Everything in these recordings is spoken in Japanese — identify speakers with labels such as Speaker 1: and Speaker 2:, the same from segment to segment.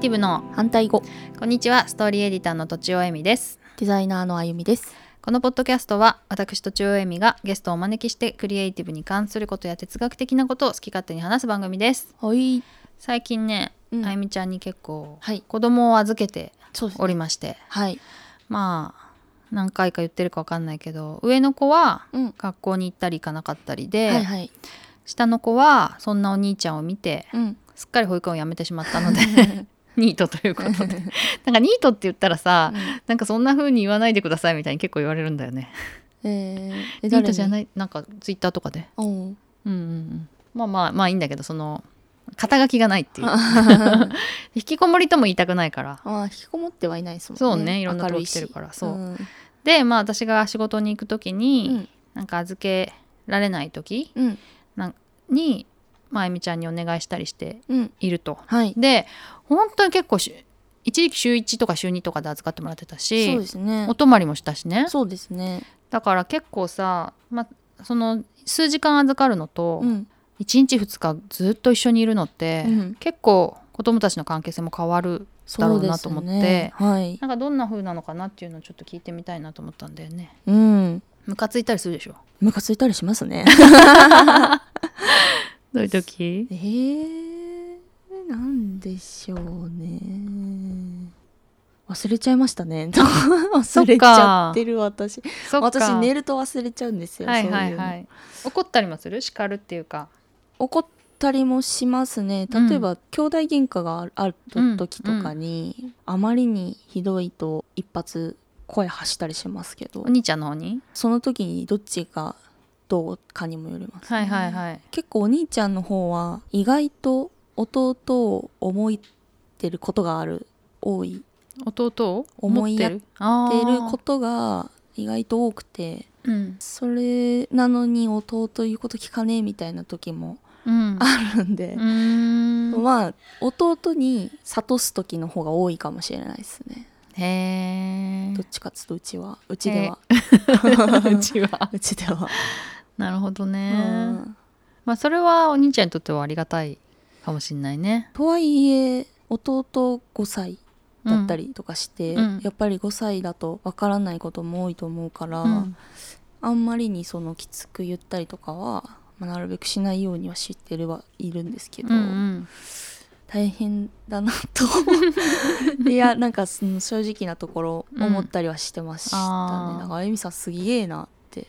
Speaker 1: ティブの
Speaker 2: 反対語
Speaker 1: こんにちはストーリーエディターのとちおえみです
Speaker 2: デザイナーのあゆみです
Speaker 1: このポッドキャストは私とちおえみがゲストをお招きしてクリエイティブに関することや哲学的なことを好き勝手に話す番組です
Speaker 2: はい、
Speaker 1: 最近ね、
Speaker 2: うん
Speaker 1: あゆみちゃんに結構
Speaker 2: はい
Speaker 1: 子供を預けて
Speaker 2: そうです
Speaker 1: おりまして、
Speaker 2: はい
Speaker 1: まあ何回か言ってるかわかんないけど上の子は
Speaker 2: うん
Speaker 1: 学校に行ったり行かなかったりで、
Speaker 2: はいはい
Speaker 1: 下の子はそんなお兄ちゃんを見て
Speaker 2: うん
Speaker 1: すっかり保育園を辞めてしまった のでニートということでなんかニートって言ったらさ、なんかそんな風に言わないでくださいみたいに結構言われるんだよね。
Speaker 2: えー、
Speaker 1: ニ
Speaker 2: え
Speaker 1: ートじゃないいなんかツイッターとかで。
Speaker 2: おう
Speaker 1: うんうんうん、まあまあまあいいんだけどその肩書きがないっていう引きこもりとも言いたくないから。
Speaker 2: あー引きこもってはいないですもんね
Speaker 1: そうねいろんなとこ
Speaker 2: 明る
Speaker 1: 来てる
Speaker 2: し
Speaker 1: からそうんでまあ私が仕事に行く時に、
Speaker 2: うん
Speaker 1: なんか預けられない時
Speaker 2: うん
Speaker 1: にまああゆみちゃんにお願いしたりして
Speaker 2: うん
Speaker 1: いると。
Speaker 2: はい
Speaker 1: で本当に結構し一時期週1とか週2とかで預かってもらってた
Speaker 2: そう
Speaker 1: し
Speaker 2: ですね
Speaker 1: お泊まりもしたしね
Speaker 2: そうですね
Speaker 1: だから結構さ、まあ、その数時間預かるのと
Speaker 2: うん
Speaker 1: 1日2日ずっと一緒にいるのって、
Speaker 2: うん
Speaker 1: 結構子供たちの関係性も変わるだろうなと思って
Speaker 2: そうですねはい
Speaker 1: なんかどんな風なのかなっていうのをちょっと聞いてみたいなと思ったんだよね
Speaker 2: うん
Speaker 1: ムカついたりするでしょ
Speaker 2: ムカついたりしますね
Speaker 1: どういう時
Speaker 2: えー、なんでしょうね忘れちゃいましたね 忘れちゃってる私
Speaker 1: そっか
Speaker 2: 私寝ると忘れちゃうんですよ、
Speaker 1: はいはい
Speaker 2: そう
Speaker 1: は
Speaker 2: いうの
Speaker 1: い怒ったりもする叱るっていうか
Speaker 2: 怒ったりもしますね
Speaker 1: うん
Speaker 2: 例えば、兄弟喧嘩がある時とかに、あまりにひどいと一発声発したりしますけど
Speaker 1: お兄ちゃんの方に
Speaker 2: その時にどっちがどうかにもよります、
Speaker 1: はいはいはい
Speaker 2: 結構お兄ちゃんの方は意外と弟を思いってることがある多い
Speaker 1: 弟を
Speaker 2: 思いやって
Speaker 1: るあ
Speaker 2: ってる
Speaker 1: ー
Speaker 2: ことが意外と多くて
Speaker 1: うん
Speaker 2: それなのに弟言うこと聞かねえみたいな時も
Speaker 1: うん
Speaker 2: あるんで
Speaker 1: う、ーん
Speaker 2: まあ弟に諭す時の方が多いかもしれないですね
Speaker 1: へえ
Speaker 2: どっちかっつうとうちはうちでは、
Speaker 1: うちは
Speaker 2: うちでは、
Speaker 1: なるほど
Speaker 2: う
Speaker 1: ね、
Speaker 2: ん、
Speaker 1: まあそれはお兄ちゃんにとってはありがたいかもしんないね
Speaker 2: とはいえ弟5歳だったりとかして、
Speaker 1: うん
Speaker 2: やっぱり5歳だとわからないことも多いと思うから、
Speaker 1: うん
Speaker 2: あんまりにそのきつく言ったりとかは、まあなるべくしないようには知ってるはいるんですけど、
Speaker 1: うんうん
Speaker 2: 大変だなと いやなんかその正直なところ思ったりはしてました
Speaker 1: う
Speaker 2: ね、
Speaker 1: んあー
Speaker 2: なんかあゆみさんすげえなって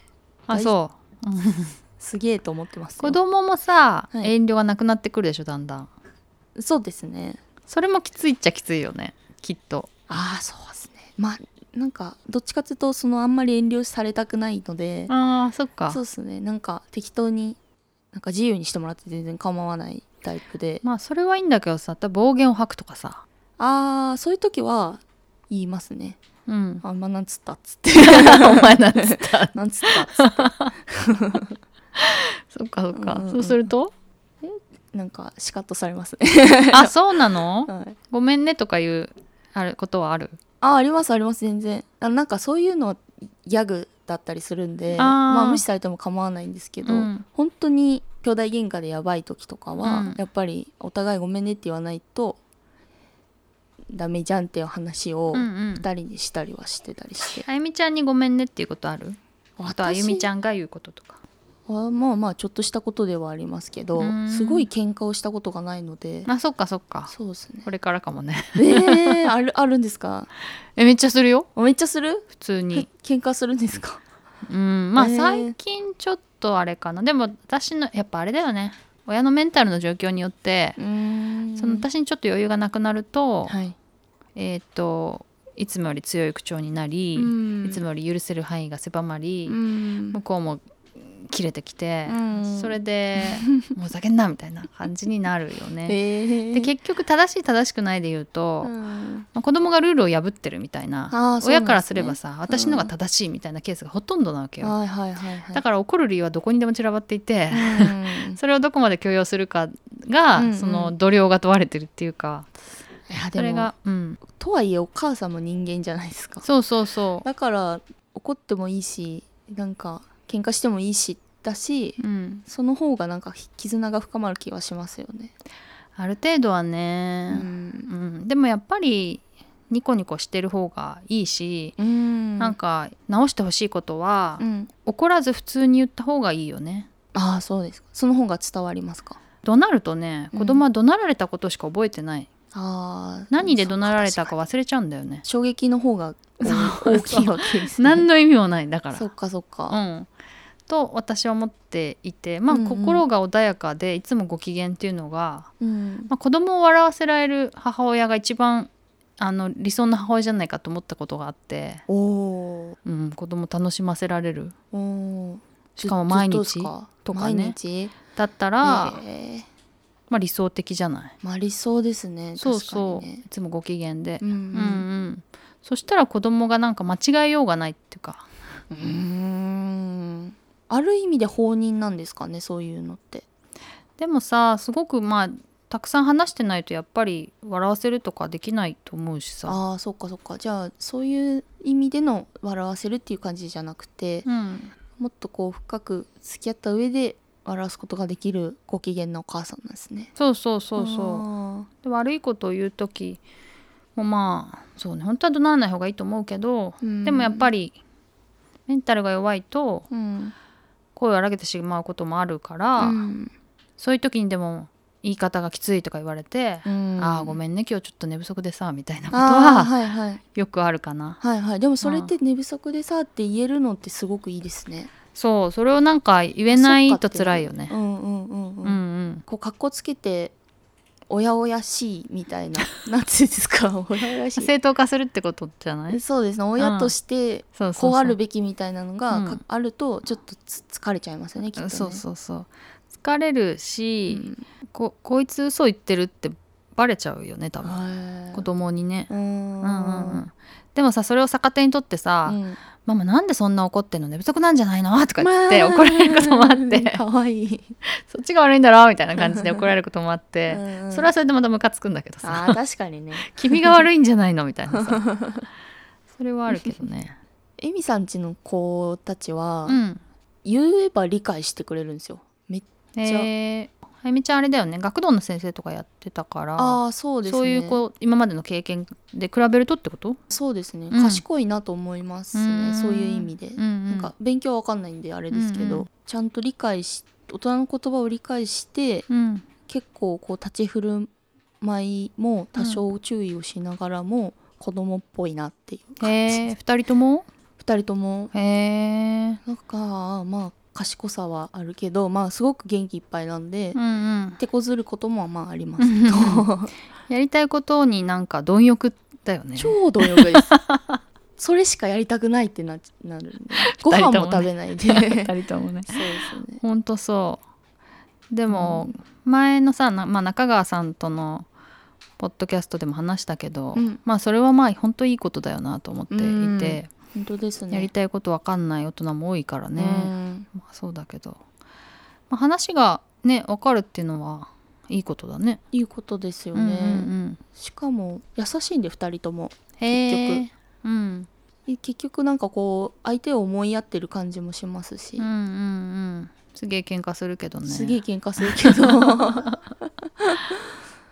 Speaker 1: あそううん
Speaker 2: すげえと思ってますよ
Speaker 1: 子供もさ、
Speaker 2: はい
Speaker 1: 遠慮がなくなってくるでしょだんだん
Speaker 2: そうですね
Speaker 1: それもきついっちゃきついよねきっと
Speaker 2: ああそうですねまあなんかどっちかっていうとそのあんまり遠慮されたくないので
Speaker 1: あーそっか
Speaker 2: そうですねなんか適当になんか自由にしてもらって全然構わないタイプで
Speaker 1: まあそれはいいんだけどさ多分暴言を吐くとかさ
Speaker 2: ああそういう時は言いますね
Speaker 1: うん
Speaker 2: あんまあなんつったっつって
Speaker 1: お前なん つった
Speaker 2: なんつったっつって
Speaker 1: そっかそっか、
Speaker 2: うんうんうん
Speaker 1: そうする と
Speaker 2: なんかシカッとされますね、
Speaker 1: あそうなの
Speaker 2: はい
Speaker 1: ごめんねとかいうあることはある
Speaker 2: あありますあります全然あなんかそういうのはギャグだったりするんで
Speaker 1: あー
Speaker 2: まあ無視されても構わないんですけど、
Speaker 1: うん
Speaker 2: 本当に兄弟喧嘩でやばい時とかは、
Speaker 1: うん
Speaker 2: やっぱりお互いごめんねって言わないとダメじゃんっていう話を
Speaker 1: うんうん
Speaker 2: 二人にしたりはしてたりして、
Speaker 1: あゆみちゃんにごめんねっていうことあるあとあゆみち
Speaker 2: ゃ
Speaker 1: ゃんが言うこととか
Speaker 2: んはまあまあちょっとしたことではありますけど
Speaker 1: うん
Speaker 2: すごい喧嘩をしたことがないので
Speaker 1: あそっかそっか
Speaker 2: そうですね
Speaker 1: これからかもね
Speaker 2: えー、あるあるんですか
Speaker 1: えめっちゃするよ
Speaker 2: めっちゃする
Speaker 1: 普通に
Speaker 2: 喧嘩するんですか
Speaker 1: うんまあ
Speaker 2: えー
Speaker 1: 最近ちょっとあれかなでも私のやっぱあれだよね親のメンタルの状況によってその私にちょっと余裕がなくなると、
Speaker 2: はい
Speaker 1: えっ、といつもより強い口調になり、
Speaker 2: うん
Speaker 1: いつもより許せる範囲が狭まり、
Speaker 2: うん
Speaker 1: 向こうもうん切れてきて、
Speaker 2: うん
Speaker 1: それで もうふざけんなみたいな感じになるよね。
Speaker 2: えー
Speaker 1: で結局正しい正しくないで言うと、
Speaker 2: うん
Speaker 1: まあ、子供がルールを破ってるみたいな
Speaker 2: あーそうなんですね
Speaker 1: 親からすればさ私のが正しいみたいなケースがほとんどなわけよ、
Speaker 2: はいはいはいはい
Speaker 1: だから怒る理由はどこにでも散らばっていて、
Speaker 2: うん
Speaker 1: それをどこまで許容するかが、
Speaker 2: うんうん
Speaker 1: その度量が問われてるっていうか
Speaker 2: いや
Speaker 1: そ
Speaker 2: で
Speaker 1: れ
Speaker 2: も
Speaker 1: が、うん、
Speaker 2: とはいえお母さんも人間じゃないですか
Speaker 1: そうそうそう、
Speaker 2: だから怒ってもいいしなんか喧嘩してもいいしだし
Speaker 1: うん、
Speaker 2: その方がなんか絆が深まる気はしますよね
Speaker 1: ある程度はね、
Speaker 2: う
Speaker 1: うんんでもやっぱりニコニコしてる方がいいし、
Speaker 2: うん
Speaker 1: なんか直してほしいことは、
Speaker 2: うん
Speaker 1: 怒らず普通に言った方がいいよね
Speaker 2: ああそうですかその方が伝わりますか
Speaker 1: 怒鳴るとね
Speaker 2: うん
Speaker 1: 子供は怒鳴られたことしか覚えてない、
Speaker 2: ああ
Speaker 1: 何で怒鳴られた
Speaker 2: そ
Speaker 1: か
Speaker 2: う
Speaker 1: 忘れちゃうんだよね
Speaker 2: 衝撃の方がこう
Speaker 1: そう
Speaker 2: 大きいわけですね
Speaker 1: 何の意味もないだから
Speaker 2: そっかそっか
Speaker 1: うん、と私は思っていて、まあ、
Speaker 2: うんうん
Speaker 1: 心が穏やかでいつもご機嫌っていうのが、
Speaker 2: うん
Speaker 1: まあ、子供を笑わせられる母親が一番あの理想の母親じゃないかと思ったことがあって、
Speaker 2: おお
Speaker 1: うん、子供楽しませられる
Speaker 2: ーおー
Speaker 1: しかも毎
Speaker 2: ずっ
Speaker 1: 日
Speaker 2: ずっとです
Speaker 1: とかね
Speaker 2: 毎日
Speaker 1: だったら、
Speaker 2: ええ
Speaker 1: まあ、理想的じゃない、
Speaker 2: まあ理想ですね
Speaker 1: そうそう、
Speaker 2: 確かにね
Speaker 1: いつもご機嫌で、
Speaker 2: うんう
Speaker 1: うんうんそしたら子供がなんか間違えようがないっていうか
Speaker 2: んうーんある意味で放任なんですかねそういうのって
Speaker 1: でもさすごくまあたくさん話してないとやっぱり笑わせるとかできないと思うしさ
Speaker 2: ああそっかそっかじゃあそういう意味での笑わせるっていう感じじゃなくて、
Speaker 1: うん、
Speaker 2: もっとこう深く付き合った上で笑わすことができるご機嫌なお母さんなんですね
Speaker 1: そうそうそうそううで悪いことを言う時もまあそうね本当は怒鳴らない方がいいと思うけど、でもやっぱ
Speaker 2: り、
Speaker 1: りメンタルが弱いと
Speaker 2: うん
Speaker 1: 声を荒げてしまうこともあるから、
Speaker 2: うん
Speaker 1: そういう時にでも言い方がきついとか言われて
Speaker 2: う、ん
Speaker 1: ああごめんね今日ちょっと寝不足でさみたいなこと
Speaker 2: あー
Speaker 1: は
Speaker 2: はいはい
Speaker 1: よくあるかな。
Speaker 2: はいはいでもそれって寝不足でさって言えるのってすごくいいですね
Speaker 1: そうそれをなんか言えないと辛いよね
Speaker 2: う。んうんうんうん、
Speaker 1: うんうん、
Speaker 2: こうかっこつけておやおやしいみたいな なんていうんですかおやおやしい
Speaker 1: 正当化するってことじゃない
Speaker 2: そうですね親とし
Speaker 1: そ
Speaker 2: て
Speaker 1: うそうそう
Speaker 2: こうあるべきみたいなのが
Speaker 1: うん
Speaker 2: かあるとちょっとつ疲れちゃいますよねきっとね
Speaker 1: そうそうそう疲れる
Speaker 2: う
Speaker 1: し、
Speaker 2: ん
Speaker 1: ここいつ嘘言ってるってバレちゃうよね多分
Speaker 2: はい
Speaker 1: 子供にね、
Speaker 2: う
Speaker 1: うんんうんうん、でもさそれを逆手にとってさ「
Speaker 2: うん
Speaker 1: ママなんでそんな怒ってんの寝不足なんじゃないの?」とか言って怒られること もあって
Speaker 2: まあかわいい
Speaker 1: 「そっちが悪いんだろ」みたいな感じで怒られることもあって、それは
Speaker 2: は
Speaker 1: それでまたムカつくんだけど
Speaker 2: あ
Speaker 1: さ
Speaker 2: ー確かにね
Speaker 1: 「君が悪いんじゃないの?」みたいなさそれはあるけど ね。
Speaker 2: エミさんちの子たちは、
Speaker 1: うん
Speaker 2: 言えば理解してくれるんですよめじゃあ
Speaker 1: えー、あゆみちゃんあれだよね学童の先生とかやってたから
Speaker 2: ああそうですね
Speaker 1: そういうこう今までの経験で比べるとってこと、
Speaker 2: そうですね、
Speaker 1: うん
Speaker 2: 賢いなと思います
Speaker 1: う
Speaker 2: ね
Speaker 1: ん
Speaker 2: そういう意味で、
Speaker 1: うんうん、
Speaker 2: なんか勉強はわかんないんであれですけど、
Speaker 1: うんうん
Speaker 2: ちゃんと理解し大人の言葉を理解して
Speaker 1: うん、
Speaker 2: 結構こう立ち振る舞いも多少注意をしながらも、子供っぽいなっていう感
Speaker 1: へえ
Speaker 2: じ
Speaker 1: 二人とも
Speaker 2: 2人とも
Speaker 1: へえ
Speaker 2: なんかまあ賢さはあるけどまあすごく元気いっぱいなんで、
Speaker 1: うんうん
Speaker 2: 手こずることもまああります けど
Speaker 1: やりたいことになんか貪欲だよね
Speaker 2: 超貪欲です それしかやりたくないってな なるんでご飯も食べないでそうです
Speaker 1: 人ともね
Speaker 2: ね
Speaker 1: ほんとそうでも、前のさ、なまあ、中川さんとのポッドキャストでも話したけど、
Speaker 2: うん
Speaker 1: まあそれはまあ本当いいことだよなと思っていて、
Speaker 2: 本当ですね
Speaker 1: やりたいことわかんない大人も多いからね、
Speaker 2: うん
Speaker 1: まあ、そうだけど、まあ、話がねわかるっていうのはいいことだね。
Speaker 2: いいことですよ
Speaker 1: うん
Speaker 2: ね、
Speaker 1: うんうん、
Speaker 2: しかも優しいんで2人とも
Speaker 1: へーうん
Speaker 2: 結局なんかこう相手を思いやってる感じもしますし、
Speaker 1: うんうんうんすげえ喧嘩するけどね
Speaker 2: すげえ喧嘩するけど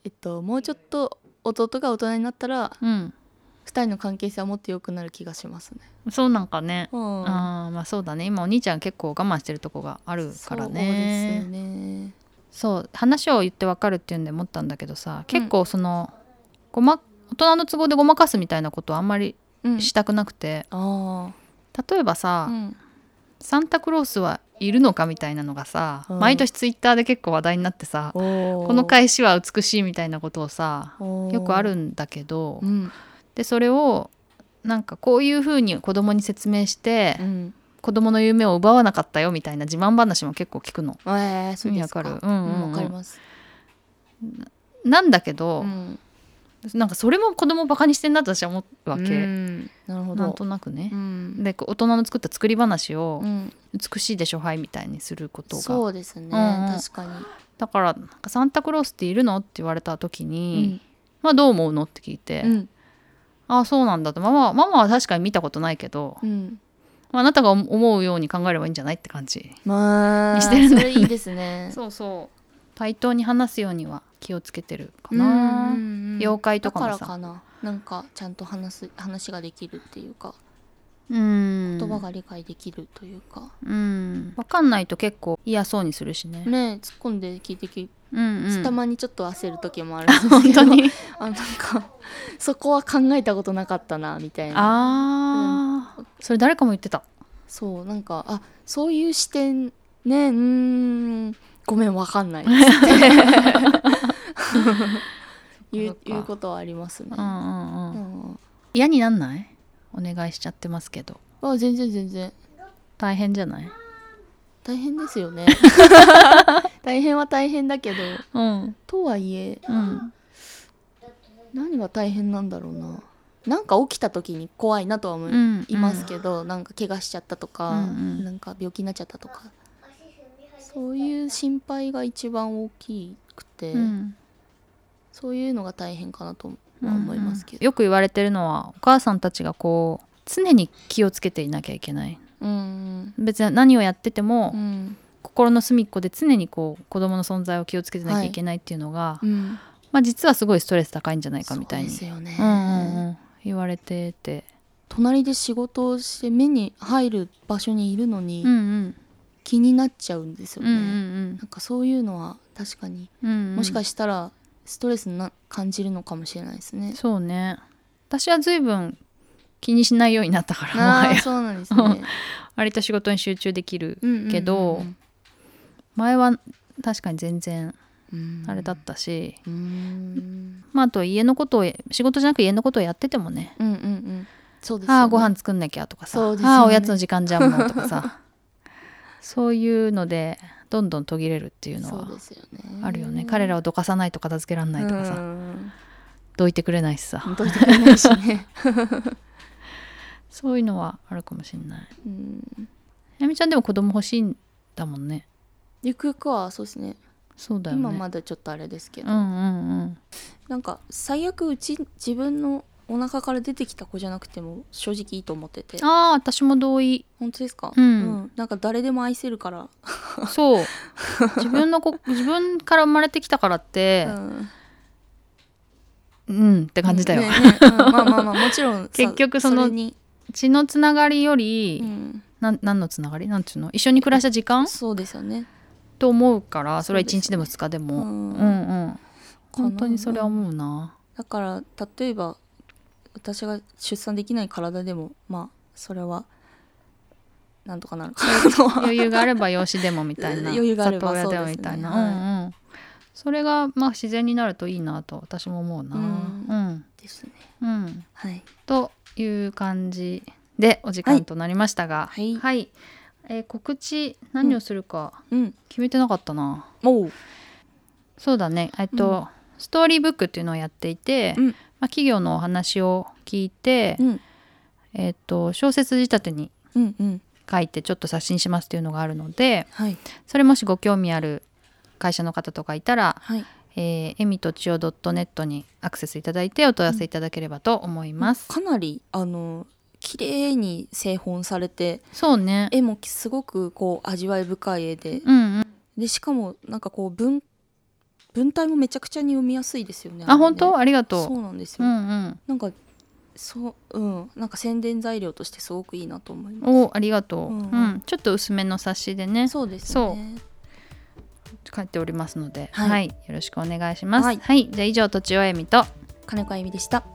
Speaker 2: えっともうちょっと弟が大人になったら
Speaker 1: うん
Speaker 2: 2人の関係性はもっと良くなる気がしますね、
Speaker 1: そうなんかね、
Speaker 2: うん、
Speaker 1: ああまあそうだね今お兄ちゃん結構我慢してるとこがあるから
Speaker 2: そう
Speaker 1: ね
Speaker 2: ですね
Speaker 1: そう話を言ってわかるっていうんで思ったんだけどさ結構その、ごま大人の都合でごまかすみたいなことはあんまり
Speaker 2: うん
Speaker 1: したくなくて、
Speaker 2: あ
Speaker 1: 例えばさ
Speaker 2: あ、、うん、
Speaker 1: サンタクロースはいるのかみたいなのがさ、
Speaker 2: うん
Speaker 1: 毎年ツイッターで結構話題になってさ、
Speaker 2: こ
Speaker 1: この返しは美しいみたいなことをさよくあるんだけど、
Speaker 2: うん
Speaker 1: でそれをなんかこういうふうに子供に説明して、
Speaker 2: うん
Speaker 1: 子供の夢を奪わなかったよみたいな自慢話も結構聞くの。
Speaker 2: えー、そうですか
Speaker 1: 意味わかるうんうんうん
Speaker 2: わかります、
Speaker 1: なんだけど、
Speaker 2: ん、
Speaker 1: なんかそれも子供をバカにしてんなと私は思うわ
Speaker 2: う
Speaker 1: け、
Speaker 2: んなるほど
Speaker 1: なんとなくね
Speaker 2: う。ん
Speaker 1: でこう大人の作った作り話を
Speaker 2: うん
Speaker 1: 美しいでしょはいみたいにすることが
Speaker 2: そうですね、
Speaker 1: うんうん
Speaker 2: 確かに、
Speaker 1: だからなんかサンタクロースっているのって言われた時に、まあどう思うのって聞いて、
Speaker 2: うん
Speaker 1: ああそうなんだとママはママは確かに見たことないけど、
Speaker 2: うん
Speaker 1: まあ、あなたが思思うように考えればいいんじゃないって感じ、
Speaker 2: まあ
Speaker 1: してるん
Speaker 2: そ
Speaker 1: だよ
Speaker 2: れ
Speaker 1: ね
Speaker 2: いいですね
Speaker 1: そうそう対等に話すようには気をつけてるか
Speaker 2: うん
Speaker 1: な
Speaker 2: う、んうん
Speaker 1: 妖怪とかも
Speaker 2: だからか
Speaker 1: さ
Speaker 2: ななんかちゃんと話す話ができるっていうか
Speaker 1: うん
Speaker 2: 言葉が理解できるというか、
Speaker 1: うん分かんないと結構嫌そうにするしね、
Speaker 2: ねえ突っ込んで聞いてき、
Speaker 1: うんうん、
Speaker 2: たまにちょっと焦る時もあるんですけど
Speaker 1: 本当に
Speaker 2: あなんかそこは考えたことなかったなみたいな
Speaker 1: ああ、それ誰かも言ってた
Speaker 2: そうなんかあそういう視点ねうーんごめんわかんないっつって 言う言うことはありますね、
Speaker 1: うんうん
Speaker 2: う
Speaker 1: うん
Speaker 2: ん
Speaker 1: 嫌になんないお願いしちゃってますけど
Speaker 2: あ全然全然
Speaker 1: 大変じゃない
Speaker 2: 大変ですよ ね大変は大変だけど
Speaker 1: うん
Speaker 2: とはいえ
Speaker 1: うん
Speaker 2: 何が大変なんだろうななんか起きた時に怖いなとは思い,、
Speaker 1: うん
Speaker 2: ますけどなんか怪我しちゃったとか、
Speaker 1: うんうん
Speaker 2: なんか病気になっちゃったとかそういう心配が一番大きくて、
Speaker 1: うん
Speaker 2: そういうのが大変かなとは思いますけど、
Speaker 1: よく言われてるのはお母さんたちがこう常に気をつけていなきゃいけない
Speaker 2: うん
Speaker 1: 別に何をやってても、
Speaker 2: うん
Speaker 1: 心の隅っこで常にこう子供の存在を気をつけてなきゃいけないっていうのが、
Speaker 2: うん、
Speaker 1: まあ、実はすごいストレス高いんじゃないかみたいに
Speaker 2: そうですよね、
Speaker 1: うんうんうん、言われてて、
Speaker 2: 隣で仕事をして目に入る場所にいるのに
Speaker 1: うんうん
Speaker 2: 気になっちゃうんですよ
Speaker 1: うん
Speaker 2: ね、
Speaker 1: うん
Speaker 2: なんかそういうのは確かに
Speaker 1: うんうんうん、
Speaker 2: もしか
Speaker 1: し
Speaker 2: したらストレスな感じるのかもしれないです ね。
Speaker 1: そうね私は随分気にしないようになったからも
Speaker 2: あ
Speaker 1: は
Speaker 2: あ
Speaker 1: や
Speaker 2: そうなんですね。
Speaker 1: 割と仕事に集中できる
Speaker 2: うんうんうんう ん
Speaker 1: けど、前は確かに全然
Speaker 2: うん
Speaker 1: あれだったし、
Speaker 2: うーん
Speaker 1: まあ、あと家のことを仕事じゃなく家のことをやっててもね
Speaker 2: うんうんうんそうですよね
Speaker 1: ああご飯作んなきゃとかさ、
Speaker 2: そうですよね
Speaker 1: ああおやつの時間じゃんもうとかさ そういうのでどんどん途切れるっていうの
Speaker 2: そう
Speaker 1: は
Speaker 2: ですよね
Speaker 1: あるよね彼らをどかさないと片付けられないとかさ、
Speaker 2: うん
Speaker 1: どいてくれないしさ、
Speaker 2: どいてくれないし ね
Speaker 1: そういうのはあるかもしれない
Speaker 2: うん
Speaker 1: やみちゃんでも子供欲しいんだもんね
Speaker 2: ゆくゆくはそうですね
Speaker 1: そうだよね
Speaker 2: 今まだちょっとあれですけど、
Speaker 1: うんうんうん
Speaker 2: なんか最悪うち自分のお腹から出てきた子じゃなくても正直いいと思ってて
Speaker 1: ああ私も同意
Speaker 2: 本当ですか、
Speaker 1: うん
Speaker 2: なんか誰でも愛せるから、
Speaker 1: そう自分の子自分から生まれてきたからって
Speaker 2: うん
Speaker 1: うん、って感じだよ、
Speaker 2: ねねうんまあまあまあもちろ んさ
Speaker 1: 結局その
Speaker 2: れに、
Speaker 1: 血のつながりより、
Speaker 2: うん
Speaker 1: なん何のつながりなんていうの一緒に暮らした時間
Speaker 2: そうですよね
Speaker 1: と思うからそれは1
Speaker 2: そうです
Speaker 1: 日で
Speaker 2: ね
Speaker 1: も2日でも
Speaker 2: う
Speaker 1: うんんうん本当にそれは思うな
Speaker 2: だから例えば私が出産できない体でもまあそれはなんとかなるかなとは
Speaker 1: 余裕があれば養子でもみたいな
Speaker 2: 余裕があれば
Speaker 1: 里親でも
Speaker 2: そうですね
Speaker 1: みたいな、
Speaker 2: はい
Speaker 1: うんうんそれがまあ自然になるといいなと私も思うな
Speaker 2: うんですね
Speaker 1: うん、うん
Speaker 2: はい
Speaker 1: という感じでお時間となりましたが
Speaker 2: はい
Speaker 1: えー告知何をするか
Speaker 2: うん
Speaker 1: 決めてなかったな、
Speaker 2: おう
Speaker 1: そうだねえっと、ストーリーブックっていうのをやっていて、
Speaker 2: うん
Speaker 1: まあ、企業のお話を聞いて、
Speaker 2: うん
Speaker 1: えっと小説仕立てに
Speaker 2: うんうん
Speaker 1: 書いてちょっと刷新しますっていうのがあるので
Speaker 2: はい
Speaker 1: それもしご興味ある会社の方とかいたら、
Speaker 2: はい
Speaker 1: えー、えみとちお .net にアクセスいただいてお問い合わせいただければと思います。
Speaker 2: かなりあの綺麗に製本されて
Speaker 1: そうね
Speaker 2: 絵もすごくこう味わい深い絵で
Speaker 1: うんうん、
Speaker 2: でしかもなんかこう文文体もめちゃくちゃに読みやすいですよね
Speaker 1: あ本当
Speaker 2: あ
Speaker 1: ありが
Speaker 2: れね
Speaker 1: とう。
Speaker 2: そうなんです
Speaker 1: う
Speaker 2: よ
Speaker 1: ん
Speaker 2: なんかそううんなんか宣伝材料としてすごくいいなと思いま
Speaker 1: う
Speaker 2: す
Speaker 1: ん、おありがとう、
Speaker 2: う
Speaker 1: うんんちょっと薄めの冊子でね
Speaker 2: そうです
Speaker 1: そ
Speaker 2: ね。
Speaker 1: 書いておりますので、
Speaker 2: はい
Speaker 1: はい、よろしくお願いします。
Speaker 2: は
Speaker 1: はいい、じゃあ以上とちおえみと
Speaker 2: 金子あゆみでした。